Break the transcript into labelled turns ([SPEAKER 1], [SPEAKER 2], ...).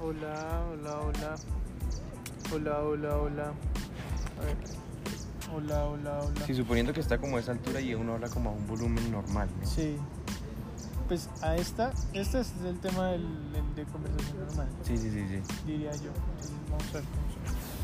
[SPEAKER 1] Hola, hola, hola. Hola, hola, hola. A ver. Hola, hola, hola.
[SPEAKER 2] Sí, suponiendo que está como a esa altura y uno habla como a un volumen normal. ¿no?
[SPEAKER 1] Sí. Pues a esta, este es el tema del, del- de conversación normal,
[SPEAKER 2] Sí, sí, sí, sí.
[SPEAKER 1] diría yo. Entonces, vamos a ver cómo suena.